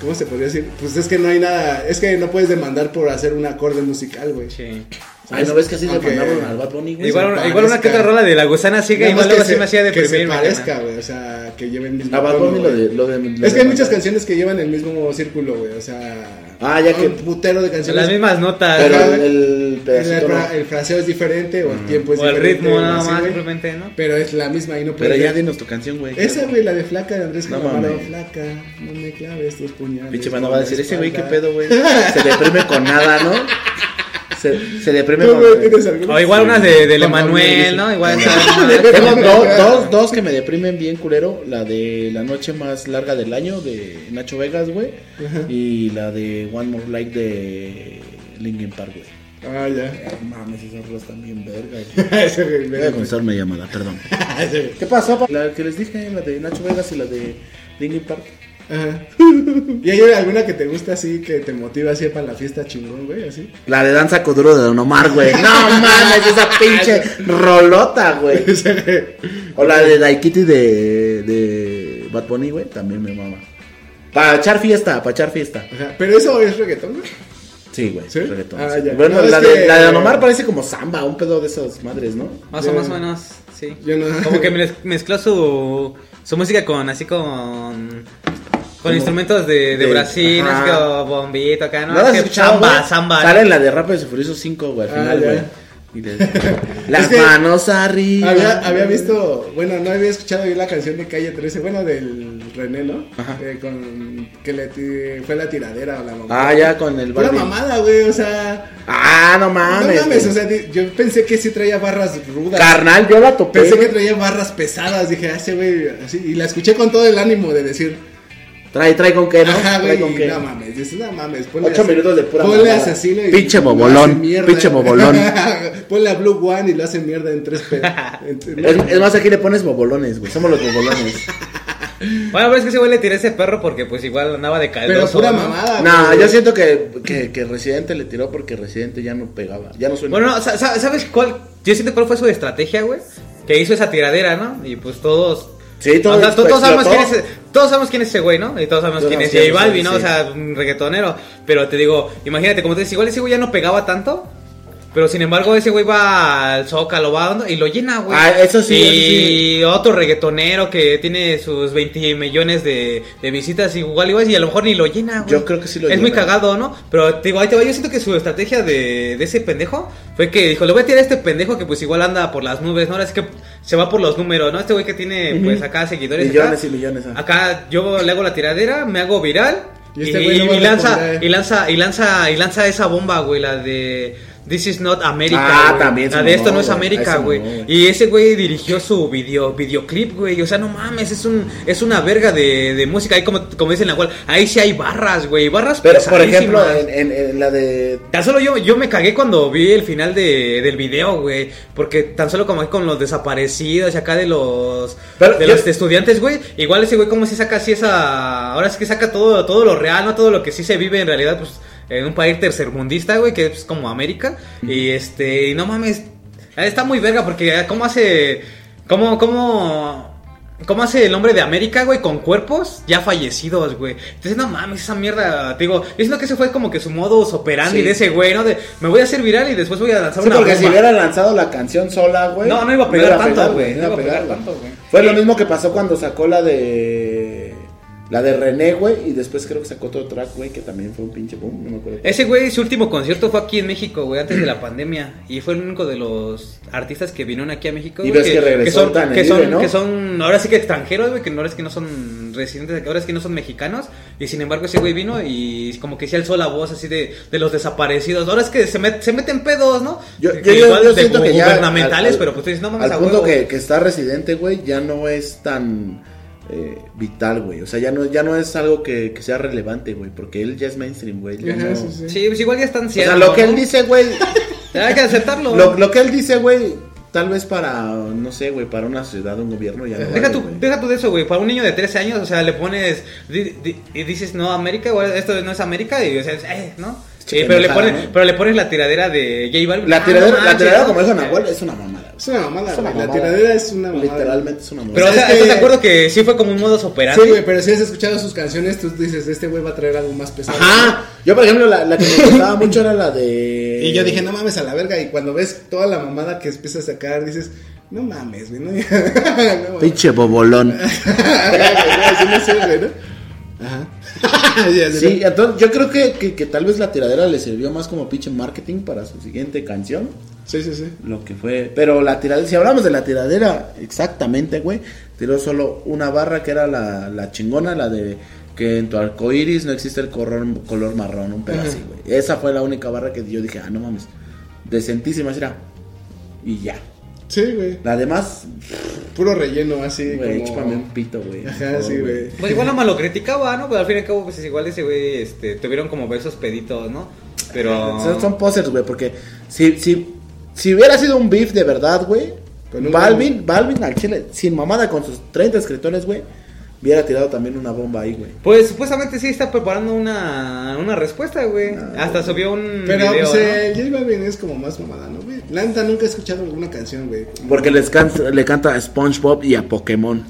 ¿Cómo se podría decir? Pues es que no hay nada. Es que no puedes demandar por hacer un acorde musical, güey.
Sí.
Ay, ¿no ves que así
Aunque-
se mandaron al Bad Bunny, güey?
Igual,
se
una- igual una que otra
parezca.
rola de la gusana ciega,
Nada
igual
más
luego
que
sí me hacía
Que se
deprimir. mi
parezca,
carnal.
güey. O sea, que lleven el mismo.
A Bad
tono,
Bunny lo
güey.
de, lo de-
Es que hay
lo de-
muchas canciones que llevan el mismo círculo, güey. O sea.
Ah, ya que-
Un putero de canciones.
Las mismas notas.
Pero
Ajá,
el, el
El,
pedacito no.
fra- el fraseo es diferente, o el tiempo es
o el
pues, diferente.
ritmo,
o
nada
así,
más,
güey.
simplemente, ¿no?
Pero es la misma y no
Pero
puede
ya dinos tu canción, güey.
Esa, güey, la de flaca de Andrés
No
Calamaro.
mames.
flaca, no me claves tus puñales.
Pinche
no
mano va a
me
decir, ese güey, qué
espalda".
pedo, güey. Se deprime con nada, ¿no? Se, se deprime
¿Tú,
con.
güey, tienes alguna?
O igual unas de, del
Con Manuel,
Emanuel,
dice.
¿no? Igual esa-
Tengo dos, dos, dos que me deprimen bien culero. La de la noche más larga del año de Nacho Vegas, güey. Y la de One More Like de Linkin Park, güey.
Ah, ya.
Mames, esas rolas están bien verga.
Ese güey,
Voy a
verga.
contestar mi llamada, perdón. ¿Qué pasó? pa- La que les dije, la de Nacho Vegas y la de Linkin Park.
Ajá. ¿Y hay alguna que te gusta así, que te motiva así para la fiesta chingón, güey? Así.
La de Danza Coduro de Don Omar, güey. No mames, esa pinche rolota, güey. O la de Daikiti de, de Bad Bunny, güey, también me mama. Para echar fiesta, para echar fiesta.
Ajá. Pero eso es reggaetón, güey.
Sí, güey,
¿Sí?
reggaetón.
Ah,
sí.
ya.
Bueno,
No, es
la,
que-
de, la de Don Omar parece como samba, un pedo de esas madres, ¿no?
Más o,
Yo-
más o menos, sí.
yo no-
Como que mez- mezcló su, su música con así con. Con instrumentos de, de,
de-
Brasil,
ajá.
así como bombito acá, ¿no?
la has
Es que
escuchado,
samba,
güey?
samba. ¿eh?
Sale en la de Rápido y Furioso 5, güey, al
Ah,
final,
ya.
güey. Y le- Las
Es que-
manos arriba.
Había, había visto, bueno, no había escuchado yo la canción de Calle 13, bueno, del René, ¿no?
Ajá.
Eh, con, que le ti- fue la tiradera o la mamada.
Ah, ya con el
Una
Barbie.
mamada, güey, o sea.
Ah, no
No
mames.
mames,
güey.
o sea, di- yo pensé que sí traía barras rudas.
Carnal, yo la topé.
Pensé que
güey.
traía barras pesadas, dije, ah, ese güey, así. Y la escuché con todo el ánimo de decir,
Trae, trae con qué, ¿no?
ajá,
trae
güey,
con
y
qué.
no mames, dices, no mames. Ponle
Ocho
así-
minutos de pura
Ponle
mamada.
asesino y.
Pinche
lo
bobolón,
hace mierda.
pinche bobolón.
ponle a Blue One y lo hace mierda en tres pedazos.
Es, es más, aquí le pones bobolones, güey. Somos los bobolones.
Bueno, pero es que ese güey le tiré ese perro porque pues igual andaba de caldoso.
Pero pura
¿no?
mamada.
no,
Ah, güey.
yo siento que, que, que Residente le tiró porque Residente ya no pegaba. Ya no suena.
Bueno, no, sa- sa- ¿sabes cuál? Yo siento cuál fue su estrategia, güey. Que hizo esa tiradera, ¿no? Y pues todos.
Sí, todo
o sea, to- todos, sabemos quién
explotó.
es, ese- todos sabemos quién es ese güey, ¿no? Y todos sabemos
Todos
quién es
sabemos
J
quién es,
Balvin, ¿no?
sí.
O sea, un reggaetonero. Pero te digo, imagínate, como te dices, igual ese güey ya no pegaba tanto. Pero sin embargo, ese güey va al Zócalo, va dando- y lo llena, güey.
Ah, eso sí,
Y otro reggaetonero que tiene sus 20 millones de, de visitas, igual, igual, y a lo mejor ni lo llena, güey.
Yo creo que sí lo
Es
llena.
muy cagado, ¿no? Pero te digo, ahí te va. Yo siento que su estrategia de, de ese pendejo fue que dijo: Le voy a tirar a este pendejo que, pues, igual anda por las nubes, ¿no? Ahora es que se va por los números, ¿no? Este güey que tiene, pues, acá seguidores.
Millones
acá,
y millones, ah.
Acá yo le hago la tiradera, me hago viral.
Y
Y,
este güey no
y
va a
lanza,
responder.
y lanza, y lanza, y lanza esa bomba, güey, la de This is not America.
Ah,
güey.
también se
La de
mamó,
esto no es
güey.
América,
Ahí se
güey.
mamó, güey.
Y ese güey dirigió su video, videoclip, güey. O sea, no mames, es un, es una verga de, de música. Ahí como, como dicen la cual, ahí sí hay barras, güey. Barras
Pero, por ejemplo,
pesadísimas.
en, en- en la de.
Tan solo yo, yo me cagué cuando vi el final de, del video, güey. Porque tan solo como con los desaparecidos y acá de los,
Pero
de
yo-
los este, estudiantes, güey. Igual ese güey como si saca así esa... Ahora sí que saca todo, todo lo real, ¿no? Todo lo que sí se vive en realidad, pues, en un país tercermundista, güey, que es como América. Y este, y no mames. Está muy verga porque eh, cómo hace... ¿Cómo, cómo... ¿Cómo hace el hombre de América, güey, con cuerpos ya fallecidos, güey? Entonces, no mames, esa mierda, te digo, yo siento que ese fue como que su modus operandi
Sí.
de ese güey, ¿no? De, me voy a hacer viral y después voy a lanzar
Sí,
una
porque
bomba.
si hubiera lanzado la canción sola, güey.
No, no iba a pegar tanto, güey,
No iba a pegar
tanto,
güey.
güey.
Fue lo mismo que pasó cuando sacó la de. La de René, güey. Y después creo que sacó otro track, güey. Que también fue un pinche boom. No me acuerdo.
Ese güey, su último concierto fue aquí en México, güey, antes de la pandemia. Y fue el único de los artistas que vinieron aquí a México.
Y
güey,
ves que regresó
son,
tan
que,
libre,
son,
¿no?
que son, ahora sí que extranjeros, güey, que no es que no son residentes, que ahora es que no son mexicanos. Y sin embargo, ese güey vino y como que se alzó la voz así de, de los desaparecidos. Ahora es que se, met- se meten pedos, ¿no?
Yo,
Que
yo, yo-
igual
yo
de
siento
gu-
que ya.
Gubernamentales,
al-
pero pues tú dices, no mames,
Al
a
punto
huevo.
que, que está residente, güey. Ya no es tan. eh, vital, güey. O sea, ya no, ya no es algo que, que sea relevante, güey, porque él ya es mainstream, güey. ya
Ajá,
no-
sí, sí.
Sí, pues igual ya están
O
ciertos.
sea, lo que él dice, güey,
Hay que aceptarlo.
lo, lo que él dice, güey, tal vez para, no sé, güey, para una sociedad, un gobierno, ya no
Deja
vale,
tú,
güey.
deja tú de eso, güey. Para un niño de 13 años, o sea, le pones. di- di- y dices, no, América, güey, esto no es América. Y o sea, es, eh, ¿no?
Sí,
Eh, pero, le
pendejada,
pones,
¿no?
pero le pones la tiradera de J Balvin.
La
Ah,
tiradera,
no
la
manches,
tiradera
¿no?
como dijo Nahuel, es una mamada. güey.
Es una mamada,
Es una
güey. La
mamada.
tiradera es una mamada.
Literalmente es una mamada.
Pero, o
Pues
sea,
es
¿estás de
que-
acuerdo que sí fue como un modus operandi?
Sí, güey, pero si has escuchado sus canciones, tú dices, este güey va a traer algo más pesado.
Ajá. Yo, por ejemplo, la, la que me gustaba mucho era la de.
Y yo dije, no mames a la verga. Y cuando ves toda la mamada que empieza a sacar, dices, no mames, güey. No, no mames.
Pinche bobolón.
Así no sé, güey, ¿no? Ajá. Ya, ya,
Sí, entonces yo creo que, que, que tal vez la tiradera le sirvió más como pinche marketing para su siguiente canción.
Sí, sí, sí.
Lo que fue. Pero la tiradera, si hablamos de la tiradera, exactamente, güey. Tiró solo una barra que era la, la chingona, la de que en tu arco iris no existe el color, color marrón, un pedo así, güey. Esa fue la única barra que yo dije, ah, no mames. Decentísima será. Y ya.
Sí, güey.
La demás,
Puro relleno así.
güey,
como...
chúpame un pito, güey.
Ajá,
Por
sí,
favor,
güey.
Pues igual nada más lo criticaba, ¿no? Pero al fin y al cabo, pues igual ese güey, este, tuvieron como esos peditos, ¿no? Pero.
Son, son posers, güey, porque si, si, si hubiera sido un beef de verdad, güey,
Con un-
Balvin, Balvin al chile, sin mamada con sus 30 escritores, güey, hubiera tirado también una bomba ahí, güey.
Pues supuestamente sí está preparando una, una respuesta, güey. Hasta subió un
Pero
video,
pues
¿no?
eh, J Balvin es como más mamada, ¿no, güey? La neta nunca he escuchado alguna canción, güey.
Porque les canta, le canta a SpongeBob y a Pokémon.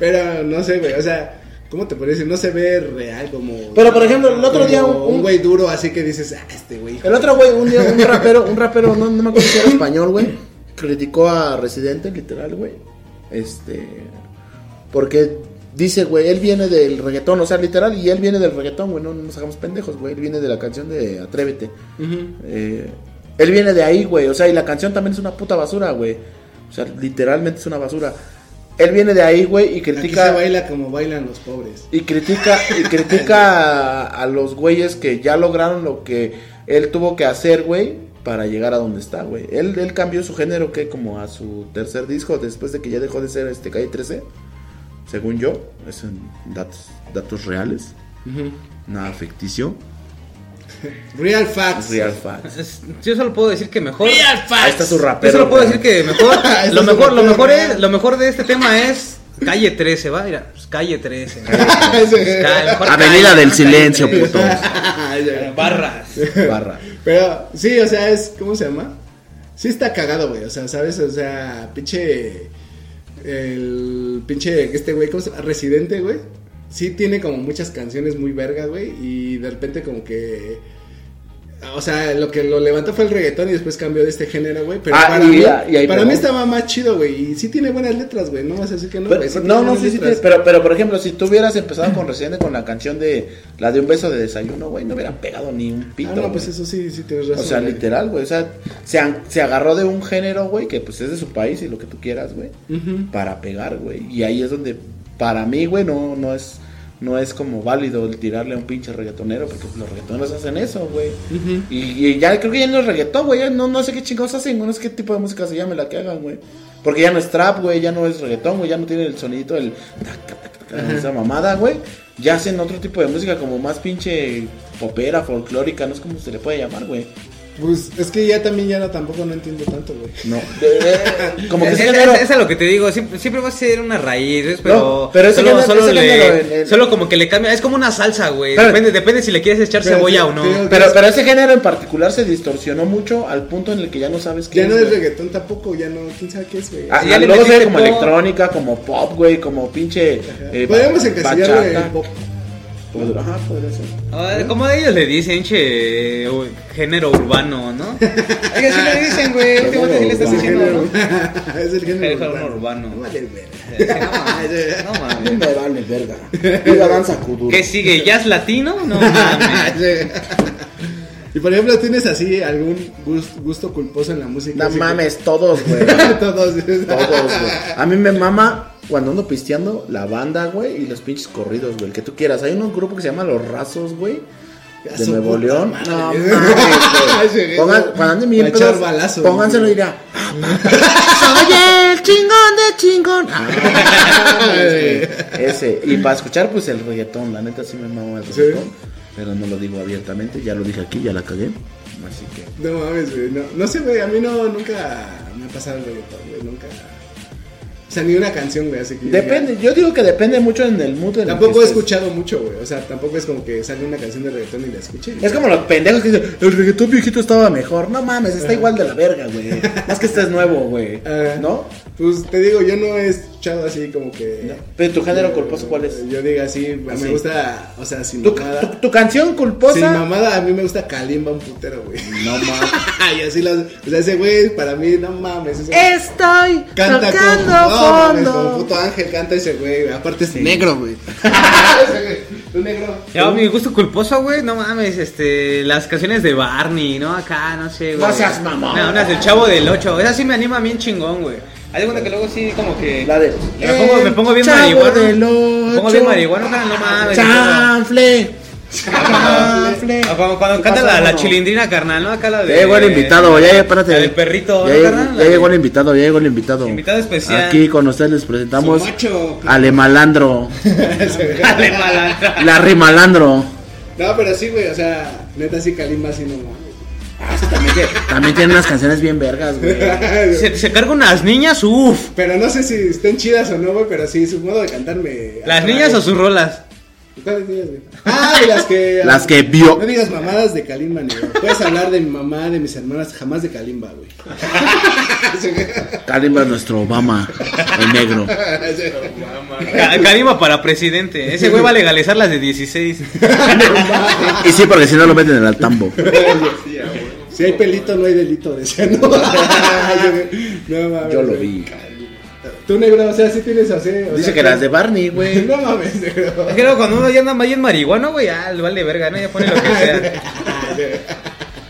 Pero no sé, güey. O sea, ¿cómo te puedo decir? No se ve real como.
Pero, por ejemplo, el otro día
como
un-
Un güey duro, así que dices, ah, este güey. hijo
El otro, güey, un día, un rapero, un rapero, no, no me acuerdo si era español, güey, criticó a Residente, literal, güey. Este. Porque dice, güey, él viene del reggaetón, o sea, literal, y él viene del reggaetón, güey, no nos hagamos pendejos, güey, él viene de la canción de Atrévete. Eh, él viene de ahí, güey. O sea, y la canción también es una puta basura, güey. O sea, literalmente es una basura. Él viene de ahí, güey, y
de- Aquí
critica.
se baila como bailan los pobres.
Y critica, y critica a, a los güeyes que ya lograron lo que él tuvo que hacer, güey, para llegar a donde está, güey. Él, él cambió su género, que como a su tercer disco, después de que ya dejó de ser este Calle 13, según yo, es en datos, datos reales, nada ficticio,
Real facts.
real facts.
Es- Yo solo puedo decir que mejor.
Ahí está su rapero.
Yo solo puedo
güey.
decir que mejor.
Este
lo
es
mejor,
un
lo mejor
rapero,
es, lo mejor de este tema es calle 13, va, mira, pues, calle 13. ¿no?
Ese-
Ca- mejor
Avenida
calle,
del
¿no?
Silencio,
Calle
puto.
13.
Ah, ya.
Barras.
Barra.
Pero sí, o sea, es. ¿Cómo se llama? Sí está cagado, güey. O sea, ¿sabes? O sea, pinche. El pinche. Este güey, ¿cómo se llama? Residente, güey. Sí tiene como muchas canciones muy vergas, güey. Y de repente, como que. O sea, lo que lo levantó fue el reggaetón y después cambió de este género, güey. Pero
Ah,
para,
y
mí,
ya- y ahí
para
pegó.
mí estaba más chido, güey. Y sí tiene buenas letras, güey. No vas a decir que no,
Pero-
güey. Sí
no,
tiene
no,
buenas
sí, sí,
letras.
tiene- pero, pero por ejemplo, si tú hubieras empezado con Residente con la canción de la de un beso de desayuno, güey, no hubieran pegado ni un pito.
Ah, no, pues
güey.
eso sí, sí tienes razón.
o sea,
güey.
literal, güey. O sea, se, an- se agarró de un género, güey, que pues es de su país y lo que tú quieras, güey,
Ujú.
para pegar, güey. Y ahí es donde, para mí, güey, no, no es. No es como válido el tirarle a un pinche reggaetonero, porque pues, los reggaetoneros hacen eso, güey.
Ujú.
Y, y ya creo que ya no es reggaetón, güey. ya No, no sé qué chingados hacen, güey, no sé qué tipo de música se llame la que hagan, güey. Porque ya no es trap, güey. Ya no es reggaetón, güey. Ya no tiene el sonidito del. tac, tac, tac, tac, Esa mamada, güey. Ya hacen otro tipo de música como más pinche popera, folclórica. No es como se le puede llamar, güey.
Pues es que ya también ya no, tampoco no entiendo tanto, güey.
No. de- de- como que
es,
ese
es-
género.
es a lo que te digo, siempre, siempre va a ser una raíz, ¿ves? pero,
No, pero ese
solo,
género-
solo
ese
le-
género, el- el-
solo como que le cambia, es como una salsa, güey.
Pero-
Depende, depende si le quieres echar
pero
cebolla
te-
o no.
te digo-
Pero, pero ese género en particular se distorsionó mucho al punto en el que ya no sabes qué
Ya no es
güey.
reggaetón tampoco, ya no, quién sabe qué es, güey.
Ah,
Sí,
y
ya le
luego se ve
metiste
como
pop.
electrónica, como pop, güey, como pinche. eh,
Podríamos
ba-
encasillarlo en
bachata.
pop.
Podría- Ajá, podría ser.
Ah, Como ellos le dicen, che, u- género urbano, ¿no? Es que sí le dicen, güey. Últimamente sí le estás
Es el género,
diciendo,
es el
El
género
género
urbano.
urbano.
Vale, verga.
¿no? No mames.
Me vale verga. Viva danza kuduro.
¿Qué sigue? ¿Jazz latino? No mames.
Y por ejemplo, ¿tienes así algún gust- gusto culposo en la música?
No
Así que-
mames, todos, güey.
Todos.
Todos, güey. A mí me mama cuando ando pisteando la banda, güey, y los pinches corridos, güey, el que tú quieras. Hay un grupo que se llama Los Rasos, güey.
A
de
su
Nuevo
puta
León.
madre.
No, mames, güey.
Ese
Pongan,
güey,
cuando anden
a
bien
echar
pedos,
balazos,
pónganselo
güey.
y dirá, oye, el chingón de chingón. Ah, güey. Ese, y para escuchar, pues el reggaetón, la neta sí me mamo el reggaetón, pero no lo digo abiertamente, ya lo dije aquí, ya la cagué, así que...
No mames, güey. No, no sé, güey. A mí no, nunca me ha pasado el reggaetón, güey. Nunca. O sea, ni una canción, güey. Así que yo
Depende, yo digo que depende mucho en el mood. en el
diga- Tampoco
que
he
estés.
escuchado mucho, güey. O sea, tampoco es como que salga una canción de reggaetón y la escuche.
Es como los pendejos que dicen, el reggaetón viejito estaba mejor. No mames, está igual de la verga, güey. Más que este es nuevo, güey.
Ah.
¿No?
Pues te digo, yo no he escuchado así como que.
Pero tu género
Eh,
culposo, ¿cuál es?
Yo digo así, güey,
Así.
me gusta. O sea, sin
Tu, tu-
mamada.
tu canción
Sin
culposa.
mamada, a mí me gusta Kalimba un putero, güey.
No mames.
y así lo. O sea, ese güey, para mí, no mames. ese-
Estoy
Canta
tocando
como, no, mames, como
fondo.
puto ángel, canta ese güey, güey. Aparte es
Sí.
negro, güey. Ese güey, un negro.
Ya, mi gusto culposo, güey, no mames, este, las canciones de Barney, ¿no? Acá, no sé, güey.
No seas mamón.
No, unas del Chavo del 8, esa sí me anima bien chingón, güey. Hay alguna que luego sí como que...
La de.
Me pongo, me pongo bien
Chavo
marihuana.
del
Me pongo
ocho.
bien marihuana, cara, no mames.
Chanfle. Chanfle.
O Ah, Cuando, cuando canta la, la chilindrina, carnal, ¿no? Acá la de...
Eh,
Ya llegó el invitado, ya, ya, espérate.
La del perrito,
Ya,
¿no,
llegó-
carnal?
ya
La
llegó el
de-
invitado, ya llegó el invitado.
Invitado especial.
Aquí con ustedes les presentamos
Su macho.
Ale Malandro,
Dale, malandra.
Larry Malandro.
No, pero sí, güey, o sea, neta sí Kalimba sí no mames.
También tiene unas canciones bien vergas, güey.
Se, se carga unas niñas, uff.
Pero no sé si estén chidas o no, güey, pero sí, su modo de cantarme.
Las niñas o sus rolas.
¿Cuáles niñas, güey? Ah, y las que.
Las que vio.
No digas mamadas de Kalimba, ni güey. Puedes hablar de mi mamá, de mis hermanas, jamás de Kalimba, güey. Ese güey.
Kalimba es nuestro Obama, el negro.
Ese güey.
Ca- Karima para presidente. Ese güey va a legalizar las de 16.
Y sí, porque si no lo meten en el tambo.
Si hay pelito, no hay delito, decía, ¿no? no mames.
Yo lo vi.
Tú, negro, o sea, sí tienes así. o
Dice
sea,
que las de Barney,
güey,
güey.
No mames, negro.
Es que luego cuando uno ya anda más en marihuana, güey, ya le vale verga, ¿no? Ya pone lo que sea.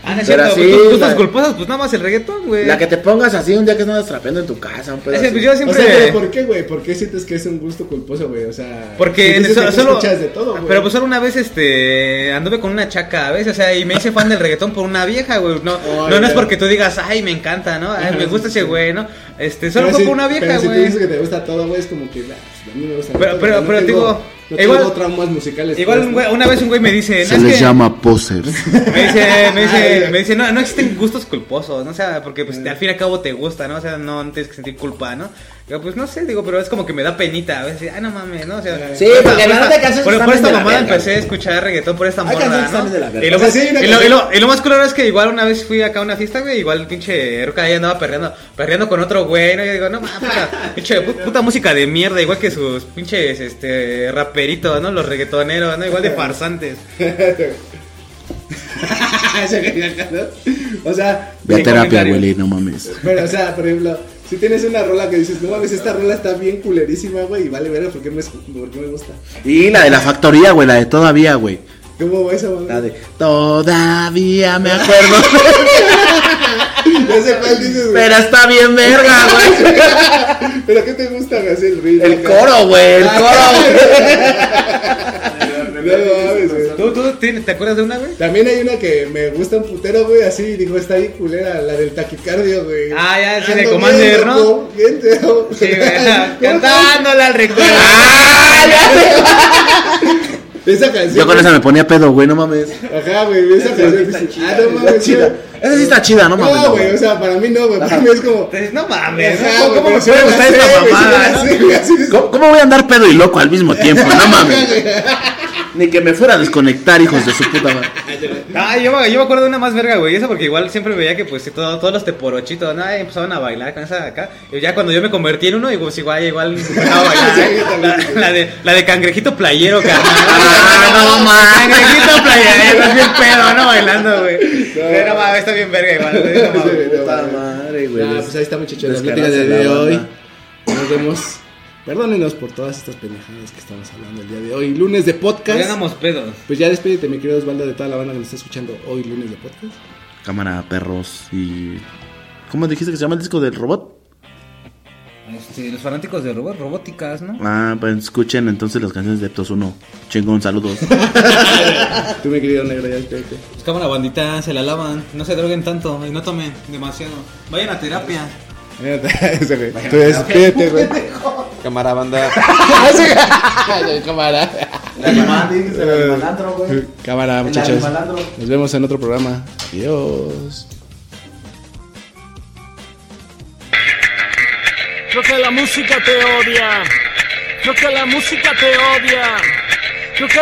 Ah, no es
Pero sí,
cierto. tus
la-
gustos culposos, pues nada más el reggaetón, güey.
La que te pongas así un día que no trapeando en tu casa, un pedo
Es que,
así.
pues, yo
O
siempre.
sea, pero ¿por qué, güey? ¿Por qué sientes que es un gusto culposo, güey? O sea,
Porque
si dices
so-
que tú
solo.
escuchas de todo, güey.
pero pues solo una vez este anduve con una chaca, ¿ves? O sea, y me hice fan del reggaetón por una vieja, güey. No, no, no
ya.
es porque tú digas, ay, me encanta, ¿no? Ay, me gusta ese güey, ¿no? Este,
Pero
solo fue
si-
por una vieja,
Pero si tú
güey.
dices que te gusta todo, güey, es como que, "Ah, pues, a mí me gusta
Pero-
todo,
pero-
güey, no
pero te
tengo-
digo,
no
igual-
tengo traumas musicales.
Igual
pues,
un
¿no?
güey- una vez un güey me dice,
Se
"No, es
les
que-
llama posers.
Me dice, me dice, me dice, no, no existen gustos culposos, ¿no? O sea, porque pues al fin y al cabo te gusta, ¿no? O sea, no, no tienes que sentir culpa, ¿no? Digo, pues no sé, digo, pero es como que me da penita, a veces, ay, no mames, ¿no? O sea,
Sí,
por
porque
esta-
la neta de canciones
Por,
están
por esta
bien de la
mamada
verga,
empecé a escuchar reggaetón por esta
Hay canciones
morra,
que están bien de la
¿no?
verga.
Y lo,
O sea,
más,
sí hay una
y lo- y
canción-
lo- y lo más culero es que igual una vez fui acá a una fiesta, güey, igual pinche Ruca ahí andaba perreando, perreando con otro güey, ¿no? Y yo digo, no mames, puta, pinche pu- puta música de mierda, igual que sus pinches, este, raperitos, ¿no? Los reggaetoneros, ¿no? Igual de farsantes.
Ese güey acá, ¿no? O sea,
Ve a
Mi
terapia,
comentario.
güey, no mames.
pero, o sea, por ejemplo, si tienes una rola que dices, no mames, esta rola está bien culerísima, güey, y vale ver por qué me, es- por qué me gusta.
Y la de la factoría, güey, la de todavía, güey.
¿Cómo va esa, mamá?
La de todavía me acuerdo.
Ya sé cuál dices, güey.
Pero está bien verga, güey.
¿Pero qué te gusta güey? Así el ritmo.
El
acá.
coro, güey, el coro, güey.
No mames, güey.
¿Tú, tú tienes- te acuerdas de una, güey?
También hay una que me gusta un putero, güey, así, digo, está ahí culera, la del taquicardio, güey.
Ah, ya, sí, de
Ando
Commander,
bien,
¿no?
loco, Bien, teo.
Sí, güey.
No,
Cantándole al recuerdo.
Esa canción.
Yo con esa me ponía pedo, güey, no mames.
Ajá, güey, esa canción. dice, ah, no mames,
Chida.
güey.
Esa sí está chida, no mames.
No, güey, o sea, para mí no, güey, para mí es como.
Entonces, no mames.
Ajá,
¿Cómo,
güey,
cómo
pero
me
sí
puede
me la
gustar
sé,
esta
güey, sí me
mamada,
la
no?
sé, güey, así es-
¿Cómo, cómo voy a andar pedo y loco al mismo tiempo? No mames. Ni que me fuera a desconectar, hijos de su puta madre.
Ay, yo, me- yo me acuerdo de una más verga, güey. Esa porque igual siempre veía que pues todo- todos los teporochitos, ¿no? Ay, empezaban a bailar con esa de acá. Y ya cuando yo me convertí en uno, y pues igual, igual empezaba a bailar. ¿eh? la, la de, la de cangrejito playero, carnal.
Ah, no mames.
Cangrejito playero, es bien pedo, ¿no? Bailando, güey. Pero no mames, está bien verga igual. güey, no mames.
Sí, no,
Puta
mames.
madre, güey.
Ah, pues ahí está, muchachos, la
Descararse
plática del día
la
de hoy.
banda.
Nos vemos. Perdónenos por todas estas pendejadas que estamos hablando el día de hoy. Lunes de
Ya
podcast.
andamos pedos.
Pues ya despídete, mi querido Osvaldo, de toda la banda que nos está escuchando hoy, lunes de podcast.
Cámara, perros y. ¿Cómo dijiste que se llama el disco del robot?
Este, los fanáticos de robot, robóticas, ¿no?
Ah, pues escuchen entonces las canciones de Eptos 1. Chingón, saludos.
Tú, mi querido negro, ya te.
Pues cámara bandita, se la lavan, no se droguen tanto y no tomen demasiado. Vayan a terapia.
Ese güey. Tú despídete, güey.
Cámara banda.
Cámara. Cámara, muchachos. Nos vemos en otro programa. Adiós.
Creo que la música te odia. Creo que la música te odia. Creo que